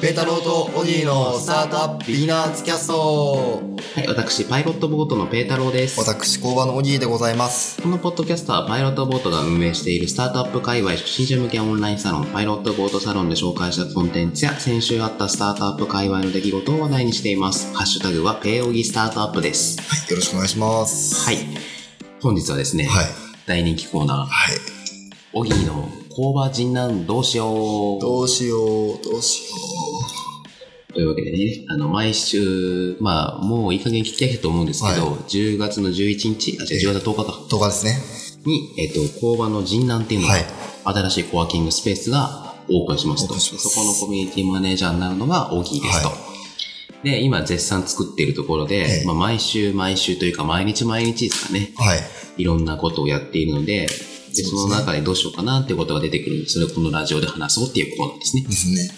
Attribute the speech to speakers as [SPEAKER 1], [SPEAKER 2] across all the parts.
[SPEAKER 1] ペタローとオギーのスタートアップビギナーズキャスト
[SPEAKER 2] はい、私、パイロットボートのペータローです。
[SPEAKER 1] 私工場のオギーでございます
[SPEAKER 2] このポッドキャストは、パイロットボートが運営しているスタートアップ界隈初心者向けオンラインサロン、パイロットボートサロンで紹介したコンテンツや、先週あったスタートアップ界隈の出来事を話題にしています。ハッシュタグは、ペーオギスタートアップです。
[SPEAKER 1] よろしくお願いします
[SPEAKER 2] はい。本日はですね、
[SPEAKER 1] はい
[SPEAKER 2] 大人気コーナー、
[SPEAKER 1] はい
[SPEAKER 2] オギーの工場人なんどうしよう。
[SPEAKER 1] どうしようどうしよ
[SPEAKER 2] というわけでね、あの、毎週、まあ、もういい加減聞き上げたと思うんですけど、10月の11日、あ、じゃあ10月10日か。
[SPEAKER 1] う動画ですね
[SPEAKER 2] に、えっと工場の人南っていうのが、
[SPEAKER 1] はい
[SPEAKER 2] 新しいコワーキングスペースがオープンします
[SPEAKER 1] オー
[SPEAKER 2] と
[SPEAKER 1] プンします
[SPEAKER 2] そこのコミュニティマネージャーになるのが大きいですと、
[SPEAKER 1] は
[SPEAKER 2] で今絶賛作っているところで、
[SPEAKER 1] ええ
[SPEAKER 2] まあ、毎週毎週というか毎日毎日ですかね
[SPEAKER 1] はい
[SPEAKER 2] いろんなことをやっているのでで
[SPEAKER 1] そうです
[SPEAKER 2] そ
[SPEAKER 1] ね
[SPEAKER 2] の中でどうしようかなっていうことが出てくるんでそれをこのラジオで話そうっていうコーナーですね
[SPEAKER 1] ですね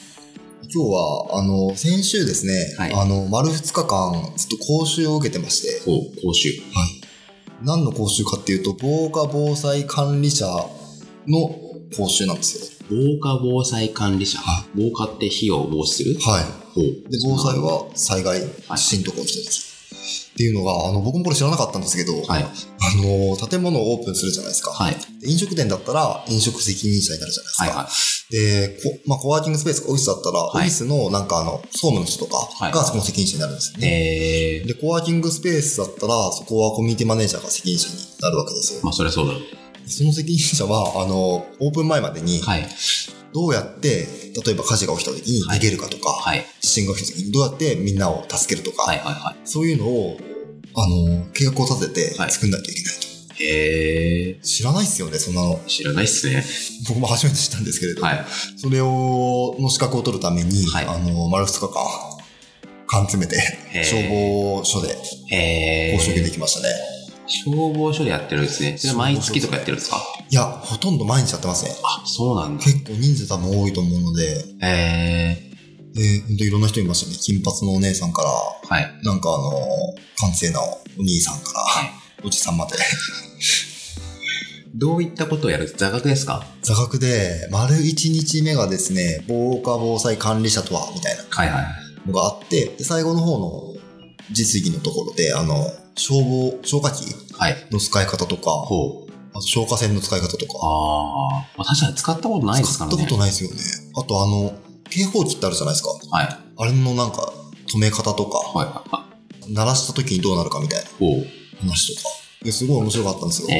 [SPEAKER 1] 今日はあの先週ですね、
[SPEAKER 2] はい
[SPEAKER 1] あの丸2日間ずっと講習を受けてまして
[SPEAKER 2] こう講習
[SPEAKER 1] 何の講習かっていうと防火防災管理者の講習なんですよ
[SPEAKER 2] 防火防災管理者、
[SPEAKER 1] は
[SPEAKER 2] 防火って火を防止する、
[SPEAKER 1] はい
[SPEAKER 2] ほう
[SPEAKER 1] で防災は災害地震とか起きた時っていうのがあの僕もこれ知らなかったんですけど、
[SPEAKER 2] はい
[SPEAKER 1] あの建物をオープンするじゃないですか、
[SPEAKER 2] はい
[SPEAKER 1] で飲食店だったら飲食責任者になるじゃないですか、
[SPEAKER 2] はいはい
[SPEAKER 1] でこ、まあ、コワーキングスペースかオフィスだったら、
[SPEAKER 2] い
[SPEAKER 1] オフィスのなんかあの総務の人とか
[SPEAKER 2] はい
[SPEAKER 1] がそこの責任者になるんですよね、
[SPEAKER 2] え
[SPEAKER 1] でコワーキングスペースだったらそこはコミュニティマネージャーが責任者になるわけですよ
[SPEAKER 2] ー、まあそりゃそうだろう
[SPEAKER 1] その責任者はあのオープン前までに
[SPEAKER 2] はい
[SPEAKER 1] どうやって例えば火事が起きた時に逃げるかとか、
[SPEAKER 2] はい
[SPEAKER 1] 地震が起きた時にどうやってみんなを助けるとか、
[SPEAKER 2] はいはいは
[SPEAKER 1] そういうのを、あの、計画を立てて
[SPEAKER 2] はい
[SPEAKER 1] 作んなきゃいけないと。
[SPEAKER 2] い。へえ。
[SPEAKER 1] 知らないっすよね、そんなの。
[SPEAKER 2] 知らないっすね。
[SPEAKER 1] 僕も初めて知ったんですけれど。
[SPEAKER 2] はい。
[SPEAKER 1] それを、の資格を取るために、
[SPEAKER 2] はい
[SPEAKER 1] あの、丸2日間、缶詰め
[SPEAKER 2] へ
[SPEAKER 1] て、
[SPEAKER 2] ー
[SPEAKER 1] 消防署で
[SPEAKER 2] へえ。
[SPEAKER 1] 講習を受けてきましたね。
[SPEAKER 2] 消防署でやってるんですね。それは毎月とかやってるんですか
[SPEAKER 1] いや、ほとんど毎日やってますね。
[SPEAKER 2] あ、そうなんだ。
[SPEAKER 1] 結構人数多分多いと思うので、
[SPEAKER 2] へえ。
[SPEAKER 1] で、ほんといろんな人いましたね。金髪のお姉さんから、
[SPEAKER 2] はい。
[SPEAKER 1] なんかあの、完成なお兄さんから、
[SPEAKER 2] はい
[SPEAKER 1] おじさんまで。
[SPEAKER 2] どういったことをやる座学ですか
[SPEAKER 1] 座学で、丸1日目がですね、防火防災管理者とは、みたいな
[SPEAKER 2] はいはい。
[SPEAKER 1] のがあって、で最後の方の実技のところで、あの、消防、消火器
[SPEAKER 2] はい。
[SPEAKER 1] の使い方とか、
[SPEAKER 2] ほう。
[SPEAKER 1] あと消火栓の使い方と
[SPEAKER 2] あ
[SPEAKER 1] か、
[SPEAKER 2] ーまあ。確かに使ったことないです
[SPEAKER 1] 使
[SPEAKER 2] か
[SPEAKER 1] っ
[SPEAKER 2] ら
[SPEAKER 1] た
[SPEAKER 2] ね。
[SPEAKER 1] ことないですよね。あとあの、警報器ってあるじゃないですか。
[SPEAKER 2] はい。
[SPEAKER 1] あれのなんか、止め方とか、
[SPEAKER 2] はいはい。あ、
[SPEAKER 1] 鳴らした時にどうなるかみたいな
[SPEAKER 2] ほう。
[SPEAKER 1] 話とか。ですごい面白かったんですよ。
[SPEAKER 2] へ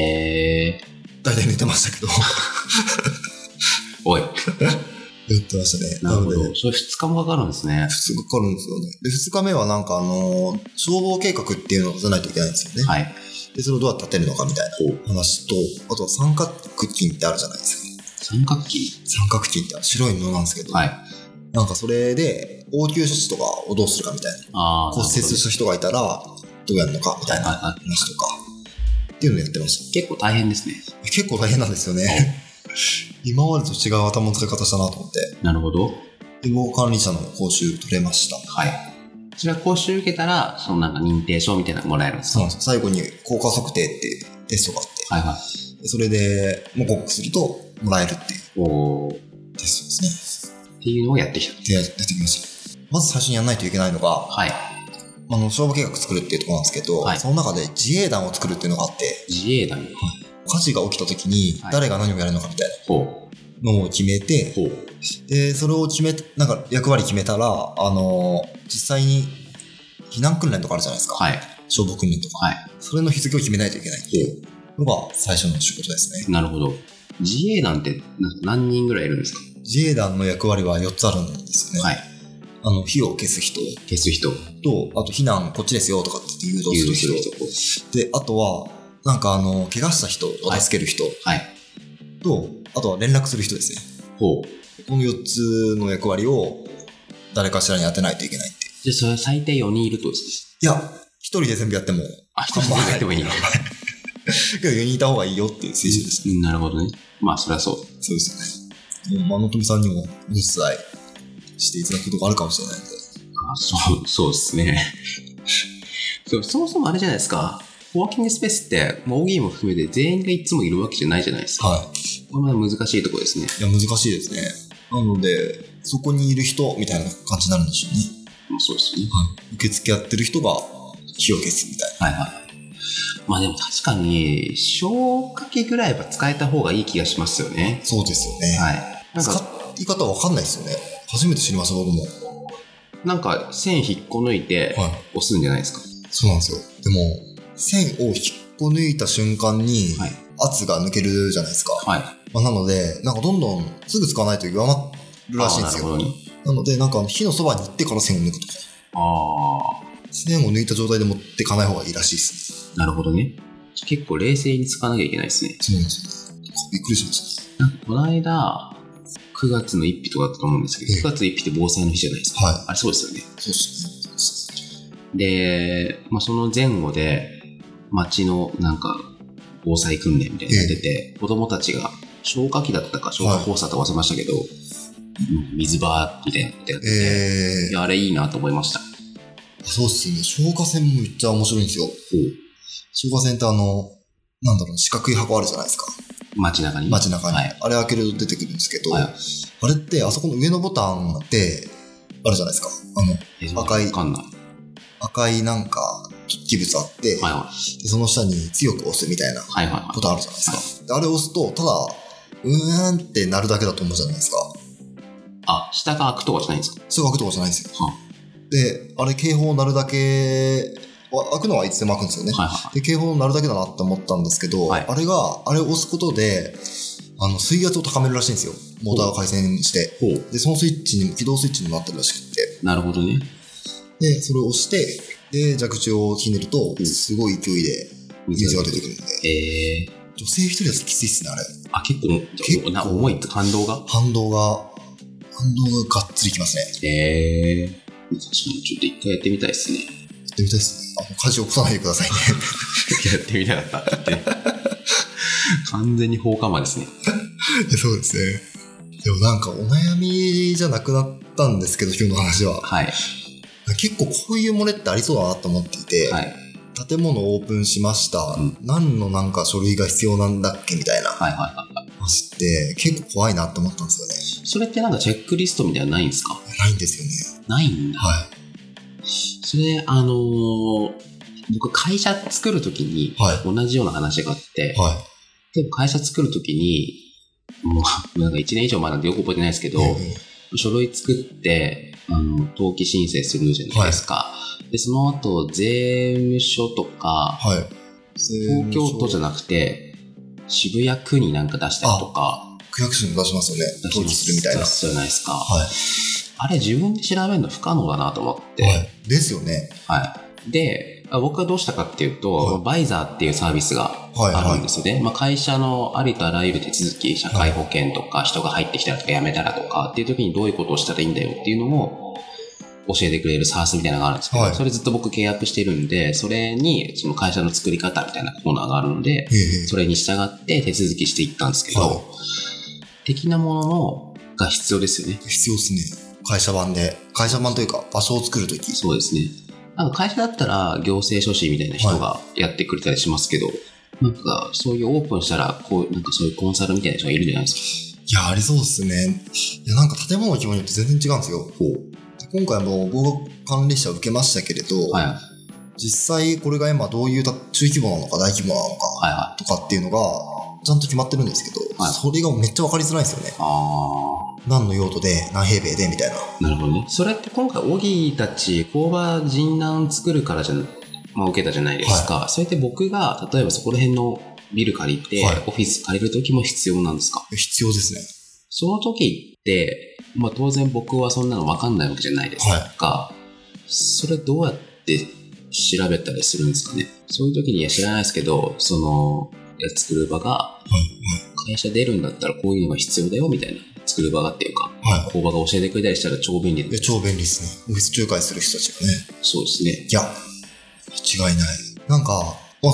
[SPEAKER 2] え。
[SPEAKER 1] 大体寝てました けど。
[SPEAKER 2] おい。
[SPEAKER 1] やってましたね。
[SPEAKER 2] なるほ
[SPEAKER 1] ので
[SPEAKER 2] ど。それ2日もかかるんですね。
[SPEAKER 1] すぐかかるんですよね。で、2日目はなんかあのー消防計画っていうのを立てないといけないんですよね。
[SPEAKER 2] はい。
[SPEAKER 1] で、それをどうやって立てるのかみたいな
[SPEAKER 2] ほう。
[SPEAKER 1] 話と、あとは三角巾ってあるじゃないですか。
[SPEAKER 2] 三角形
[SPEAKER 1] 三角巾って白い布なんですけど、
[SPEAKER 2] はい。
[SPEAKER 1] なんかそれで応急処置とかをどうするかみたいな。
[SPEAKER 2] ああ。
[SPEAKER 1] 骨折
[SPEAKER 2] なる
[SPEAKER 1] した人がいたら、どうやるのかみたい
[SPEAKER 2] ほど
[SPEAKER 1] な
[SPEAKER 2] はいはい。
[SPEAKER 1] 話とか、っていうのをやってまし
[SPEAKER 2] 結構大変ですね。
[SPEAKER 1] た。結構大変なんですよね。今までと違う頭の使い方したなと思って。
[SPEAKER 2] なるほど。
[SPEAKER 1] で、僕管理者の講習取れました。
[SPEAKER 2] はい。それは講習受けたら、そのなんか認定証みたいなのもらえるんです
[SPEAKER 1] そう
[SPEAKER 2] か
[SPEAKER 1] なんですよ最後に効果測定っていうテストがあって、
[SPEAKER 2] はいはい。
[SPEAKER 1] でそれで、もう合格するともらえるっていう
[SPEAKER 2] おー
[SPEAKER 1] テストですね。
[SPEAKER 2] っていうのをやってきた。
[SPEAKER 1] で、やってきました。まず最初にやらないといけないのが、
[SPEAKER 2] はい。
[SPEAKER 1] あの、消防計画作るっていうところなんですけど、
[SPEAKER 2] はい
[SPEAKER 1] その中で自衛団を作るっていうのがあって、
[SPEAKER 2] 自衛団。
[SPEAKER 1] 火事が起きた時に
[SPEAKER 2] はい
[SPEAKER 1] 誰が何をやるのかみたい
[SPEAKER 2] ほ
[SPEAKER 1] なのを決めて
[SPEAKER 2] う。、ほう。
[SPEAKER 1] で、それを決め、なんか役割決めたら、あの、実際に避難訓練とかあるじゃないですか。
[SPEAKER 2] はい。
[SPEAKER 1] 消防訓練とか。
[SPEAKER 2] は
[SPEAKER 1] それの日付を決めないといけないっていうのが最初の仕事ですね。
[SPEAKER 2] い。なるほど。自衛団ってな何人ぐらいいるんですか
[SPEAKER 1] 自衛団の役割は4つあるんですよね。
[SPEAKER 2] はい。
[SPEAKER 1] あの、火を消す人
[SPEAKER 2] 消す人、
[SPEAKER 1] と、あと避難こっちですよとかって誘
[SPEAKER 2] 誘
[SPEAKER 1] 導
[SPEAKER 2] 導
[SPEAKER 1] す
[SPEAKER 2] す
[SPEAKER 1] る
[SPEAKER 2] る
[SPEAKER 1] 人。
[SPEAKER 2] 人。
[SPEAKER 1] で、あとは、なんかあの、怪我した人を助ける人
[SPEAKER 2] はい。
[SPEAKER 1] と、あとは連絡する人ですね。
[SPEAKER 2] ほう。
[SPEAKER 1] この4つの役割を誰かしらに当てないといけないって。
[SPEAKER 2] じゃあ、それ最低4人いるってことですね。
[SPEAKER 1] いや、1人で全部やっても、
[SPEAKER 2] あ、一人でやってもいいの
[SPEAKER 1] けど4人いた方がいいよっていう水準ですね。
[SPEAKER 2] うんなるほどね。まあ、そりゃそう。
[SPEAKER 1] そうですよね。もう、まのとみさんにもお手伝いしていただくことがあるかもしれないんで。
[SPEAKER 2] あそう、そうですね。そうそもそもあれじゃないですか。コワーキングスペースって、まあ、オギーも含めて全員がいつもいるわけじゃないじゃないですか。
[SPEAKER 1] はい。
[SPEAKER 2] これまで難しいところですね。
[SPEAKER 1] いや、難しいですね。なので、そこにいる人みたいな感じになるんでしょうね。
[SPEAKER 2] まあそうですね。
[SPEAKER 1] 受付やってる人が火を消すみたい
[SPEAKER 2] はいはい。まあでも確かに、消火器ぐらいは使えた方がいい気がしますよね
[SPEAKER 1] な。。そうですよね。
[SPEAKER 2] はい。なんか、
[SPEAKER 1] 使い方わかんないですよね。初めて知りました、僕も。
[SPEAKER 2] なんか線引っこ抜いて
[SPEAKER 1] はい。
[SPEAKER 2] 押すんじゃないですか。
[SPEAKER 1] そうなんですよ。でも、線を引っこ抜いた瞬間に、
[SPEAKER 2] はい
[SPEAKER 1] 圧が抜けるじゃないですか。
[SPEAKER 2] はい。
[SPEAKER 1] まあ、なので、なんかどんどんすぐ使わないと弱まるらしいんです
[SPEAKER 2] あーな
[SPEAKER 1] よ。
[SPEAKER 2] るほどね。
[SPEAKER 1] なので、なんかあの火のそばに行ってから線を抜くとか。
[SPEAKER 2] あ
[SPEAKER 1] 線を抜いた状態で持ってかない方がいいらしいですね。
[SPEAKER 2] あ、なるほどね。結構冷静に使わなきゃいけないですね。
[SPEAKER 1] そうなんですよね。びっくりしました、ね。
[SPEAKER 2] なんかこの間、9月の1日とかだったと思うんですけ
[SPEAKER 1] ええ
[SPEAKER 2] ど、9月1日って防災の日じゃないですか。
[SPEAKER 1] はい。
[SPEAKER 2] あれそうですよね。
[SPEAKER 1] そうですね。
[SPEAKER 2] で、まあ、その前後で、町のなんか、防災訓練みたいなのやってて、子供たちが消火器だったか消火放射とか忘れましたけど、うん水バーみたいなことやってて、
[SPEAKER 1] え
[SPEAKER 2] い
[SPEAKER 1] ー、
[SPEAKER 2] やあれいいなと思いました。
[SPEAKER 1] そうっすよね。消火栓もめっちゃ面白いんですよ。消火栓ってあの、なんだろう、四角い箱あるじゃないですか。
[SPEAKER 2] 街中に。
[SPEAKER 1] 街中に。
[SPEAKER 2] はい
[SPEAKER 1] あれ開けると出てくるんですけど、
[SPEAKER 2] はい
[SPEAKER 1] あれって、あそこの上のボタンって、あるじゃないですか。あの、
[SPEAKER 2] え
[SPEAKER 1] 赤い
[SPEAKER 2] わかんない。
[SPEAKER 1] 赤いなんか、突起物あって、
[SPEAKER 2] はいは。
[SPEAKER 1] でその下に強く押すみたいない
[SPEAKER 2] はいはいはい
[SPEAKER 1] ボタンあるじゃないですか。であれ押すと、ただ、うーんってなるだけだと思うじゃないですか。
[SPEAKER 2] あ、下が開くとかじゃないんですか
[SPEAKER 1] すぐ開くとかじゃないんですよ
[SPEAKER 2] は。
[SPEAKER 1] で、あれ警報鳴るだけ、あ開くのはいつでも開くんですよね。
[SPEAKER 2] はいはい。
[SPEAKER 1] で、警報鳴るだけだなって思ったんですけど、
[SPEAKER 2] はい
[SPEAKER 1] あれが、あれを押すことで、あの、水圧を高めるらしいんですよ。モーターを回線して。
[SPEAKER 2] ほう。
[SPEAKER 1] で、そのスイッチに、起動スイッチにもなってるらしくて。
[SPEAKER 2] なるほどね。
[SPEAKER 1] で、それを押して、で、蛇口をひねると
[SPEAKER 2] う、ん
[SPEAKER 1] すごい勢いで水が出てくるんで。
[SPEAKER 2] えー、
[SPEAKER 1] 女性一人だときついっすね、あれ。
[SPEAKER 2] あ、結構、
[SPEAKER 1] 結構
[SPEAKER 2] な重いって感動が。
[SPEAKER 1] 反動が、反動ががっつりきますね。
[SPEAKER 2] えー、確かにちょっと一回やってみたいですね。
[SPEAKER 1] やってみたいですね。あの、火事起こさないでくださいね。
[SPEAKER 2] やってみたかったって。完全に放火魔ですね。
[SPEAKER 1] いやそうですね。でもなんかお悩みじゃなくなったんですけど、今日の話は。
[SPEAKER 2] はい。
[SPEAKER 1] 結構こういう漏れってありそうだなと思っていて、
[SPEAKER 2] はい。
[SPEAKER 1] 建物オープンしました、
[SPEAKER 2] うん
[SPEAKER 1] 何のなんか書類が必要なんだっけみたいな
[SPEAKER 2] はいはいは
[SPEAKER 1] 話って結構怖いなと思ったんです
[SPEAKER 2] い。それってなんかチェックリストみたいなのないんですか
[SPEAKER 1] よね。ないんですよね。
[SPEAKER 2] ないんだ。
[SPEAKER 1] は
[SPEAKER 2] それ、あのー僕会社作るときに
[SPEAKER 1] い。は
[SPEAKER 2] 同じような話があって
[SPEAKER 1] い。、はい。
[SPEAKER 2] でも会社作るときに、もうなんか1年以上前なんでよく覚えてないですけど、
[SPEAKER 1] うん
[SPEAKER 2] 書類作って、あの、登記申請するじゃないですか。で、その後、税務署とか、
[SPEAKER 1] はい。
[SPEAKER 2] 東京都じ
[SPEAKER 1] ゃ
[SPEAKER 2] ゃなくて、渋谷区になんか出したりとか、
[SPEAKER 1] 区役所に出しますよね。登記するみたいな。
[SPEAKER 2] 出
[SPEAKER 1] は
[SPEAKER 2] すじゃないですか。
[SPEAKER 1] は
[SPEAKER 2] あれ、自分で調べるの不可能だなと思って、はい。
[SPEAKER 1] い。ですよね。
[SPEAKER 2] で、あ僕はどうしたかっていうと、
[SPEAKER 1] は
[SPEAKER 2] バイザーっていうサービスが
[SPEAKER 1] はい。
[SPEAKER 2] あ
[SPEAKER 1] は
[SPEAKER 2] る
[SPEAKER 1] い
[SPEAKER 2] んで。すよね。まあ、会社のありとあらゆる手続き、社会保険とか、人が入ってきたらとか辞めたらとかっていう時にどういうことをしたらいいんだよっていうのを教えてくれる SARS みたいなのがあるんですけど、
[SPEAKER 1] はい
[SPEAKER 2] それずっと僕契約してるんで、それにその会社の作り方みたいなコーナーがあるので、
[SPEAKER 1] ええ
[SPEAKER 2] それに従って手続きしていったんですけど、
[SPEAKER 1] はい
[SPEAKER 2] 的なもののが必要ですよね。
[SPEAKER 1] 必要ですね。会社版で。会社版というか、場所を作るとき。
[SPEAKER 2] そうですね。なんか会社だったら行政書士みたいな人がやってくれたりしますけど、なんかそういうオープンしたら、こう、なんかそういうコンサルみたいな人がいるじゃないですか。
[SPEAKER 1] いや、ありそうですね。いや、なんか建物の規模によって全然違うんですよ。で今回も合格管理者を受けましたけれど、
[SPEAKER 2] はいはい
[SPEAKER 1] 実際これが今どういうた中規模なのか大規模なのか
[SPEAKER 2] はい。
[SPEAKER 1] とかっていうのがちゃんと決まってるんですけど、
[SPEAKER 2] はい
[SPEAKER 1] それがめっちゃ分かりづらいんですよね。
[SPEAKER 2] あ
[SPEAKER 1] 何の用途で、何平米でみたいな。
[SPEAKER 2] あ、なるほどね。それって今回、オギーたち、工場人難作るからじゃん、まあ、受けたじゃないですか。それって僕が、例えばそこら辺のビル借りて、
[SPEAKER 1] はい
[SPEAKER 2] オフィス借りる時も必要なんですか
[SPEAKER 1] 必要ですね。
[SPEAKER 2] その時って、まあ、当然僕はそんなの分かんないわけじゃないですか。それどうやって調べたりするんですかねそういう時に、いや知らないですけど、その、いや作る場が、会社出るんだったらこういうのが必要だよみたいな、作る場がっていうか、
[SPEAKER 1] は
[SPEAKER 2] 工場が教えてくれたりしたら超便利
[SPEAKER 1] い。いや、超便利ですね。オフィス仲介する人たちがね。
[SPEAKER 2] そうですね。
[SPEAKER 1] いや、間違いない。なんか、あ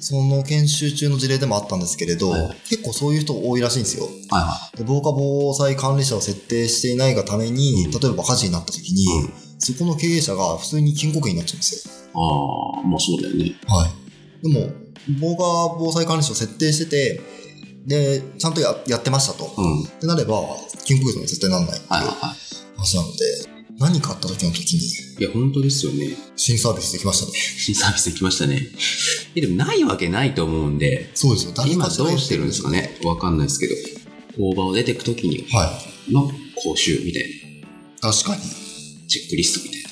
[SPEAKER 1] その研修中の事例でもあったんですけれど、
[SPEAKER 2] はい
[SPEAKER 1] 結構そういう人多いらしいんですよ。
[SPEAKER 2] はいは
[SPEAKER 1] で防火防災管理者を設定していないがために、
[SPEAKER 2] うん
[SPEAKER 1] 例えば火事になった時に、
[SPEAKER 2] い。うん、
[SPEAKER 1] そこの経営者が普通に禁錮刑になっちゃうんですよ。
[SPEAKER 2] ああ、まあそうだよね。
[SPEAKER 1] はい。でも、防火防災管理者を設定してて、で、ちゃんとややってましたと。
[SPEAKER 2] うん。
[SPEAKER 1] ってなれば、金庫に絶対なんないっていう
[SPEAKER 2] はいはいは
[SPEAKER 1] 話なので、何かあった時の時に、
[SPEAKER 2] い。いや、本当ですよね。
[SPEAKER 1] 新サービスできました ね。
[SPEAKER 2] 新サービスできましたね。え、でもないわけないと思うんで、
[SPEAKER 1] そうですよ。
[SPEAKER 2] 今
[SPEAKER 1] かしら
[SPEAKER 2] どうしてるんですかねわかんないですけど。工場を出てくときに
[SPEAKER 1] はい。
[SPEAKER 2] の講習みたいな、
[SPEAKER 1] 確かに。
[SPEAKER 2] チェックリストみたいな、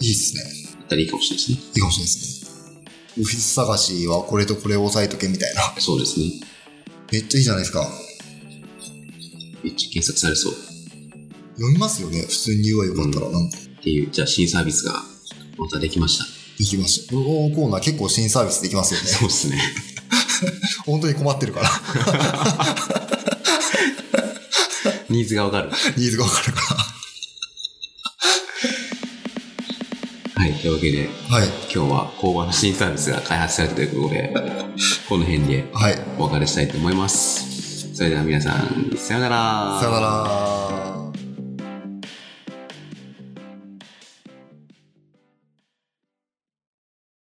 [SPEAKER 1] いいですね。
[SPEAKER 2] あったらいいかもしれないですね。
[SPEAKER 1] いいかもしれないですね。オフィス探しはこれとこれを押さえとけみたいな。
[SPEAKER 2] そうですね。
[SPEAKER 1] めっちゃいいじゃないですか。
[SPEAKER 2] めっちゃ検索されそう。
[SPEAKER 1] 読みますよね。普通に UI よかったら、なんか、
[SPEAKER 2] っていう、じゃあ新サービスがまたできました。
[SPEAKER 1] できました。このコーナー結構新サービスできますよね。
[SPEAKER 2] そうですね。
[SPEAKER 1] 本当に困ってるから。
[SPEAKER 2] ニーズがわかる。
[SPEAKER 1] ニーズがわかるか
[SPEAKER 2] はい。というわけで、
[SPEAKER 1] ら。はい。
[SPEAKER 2] 今日は工場の新サービスが開発されたということで、この辺で
[SPEAKER 1] はい。
[SPEAKER 2] お別れしたいと思います。それでは皆さん、さようなら。
[SPEAKER 1] さよなら。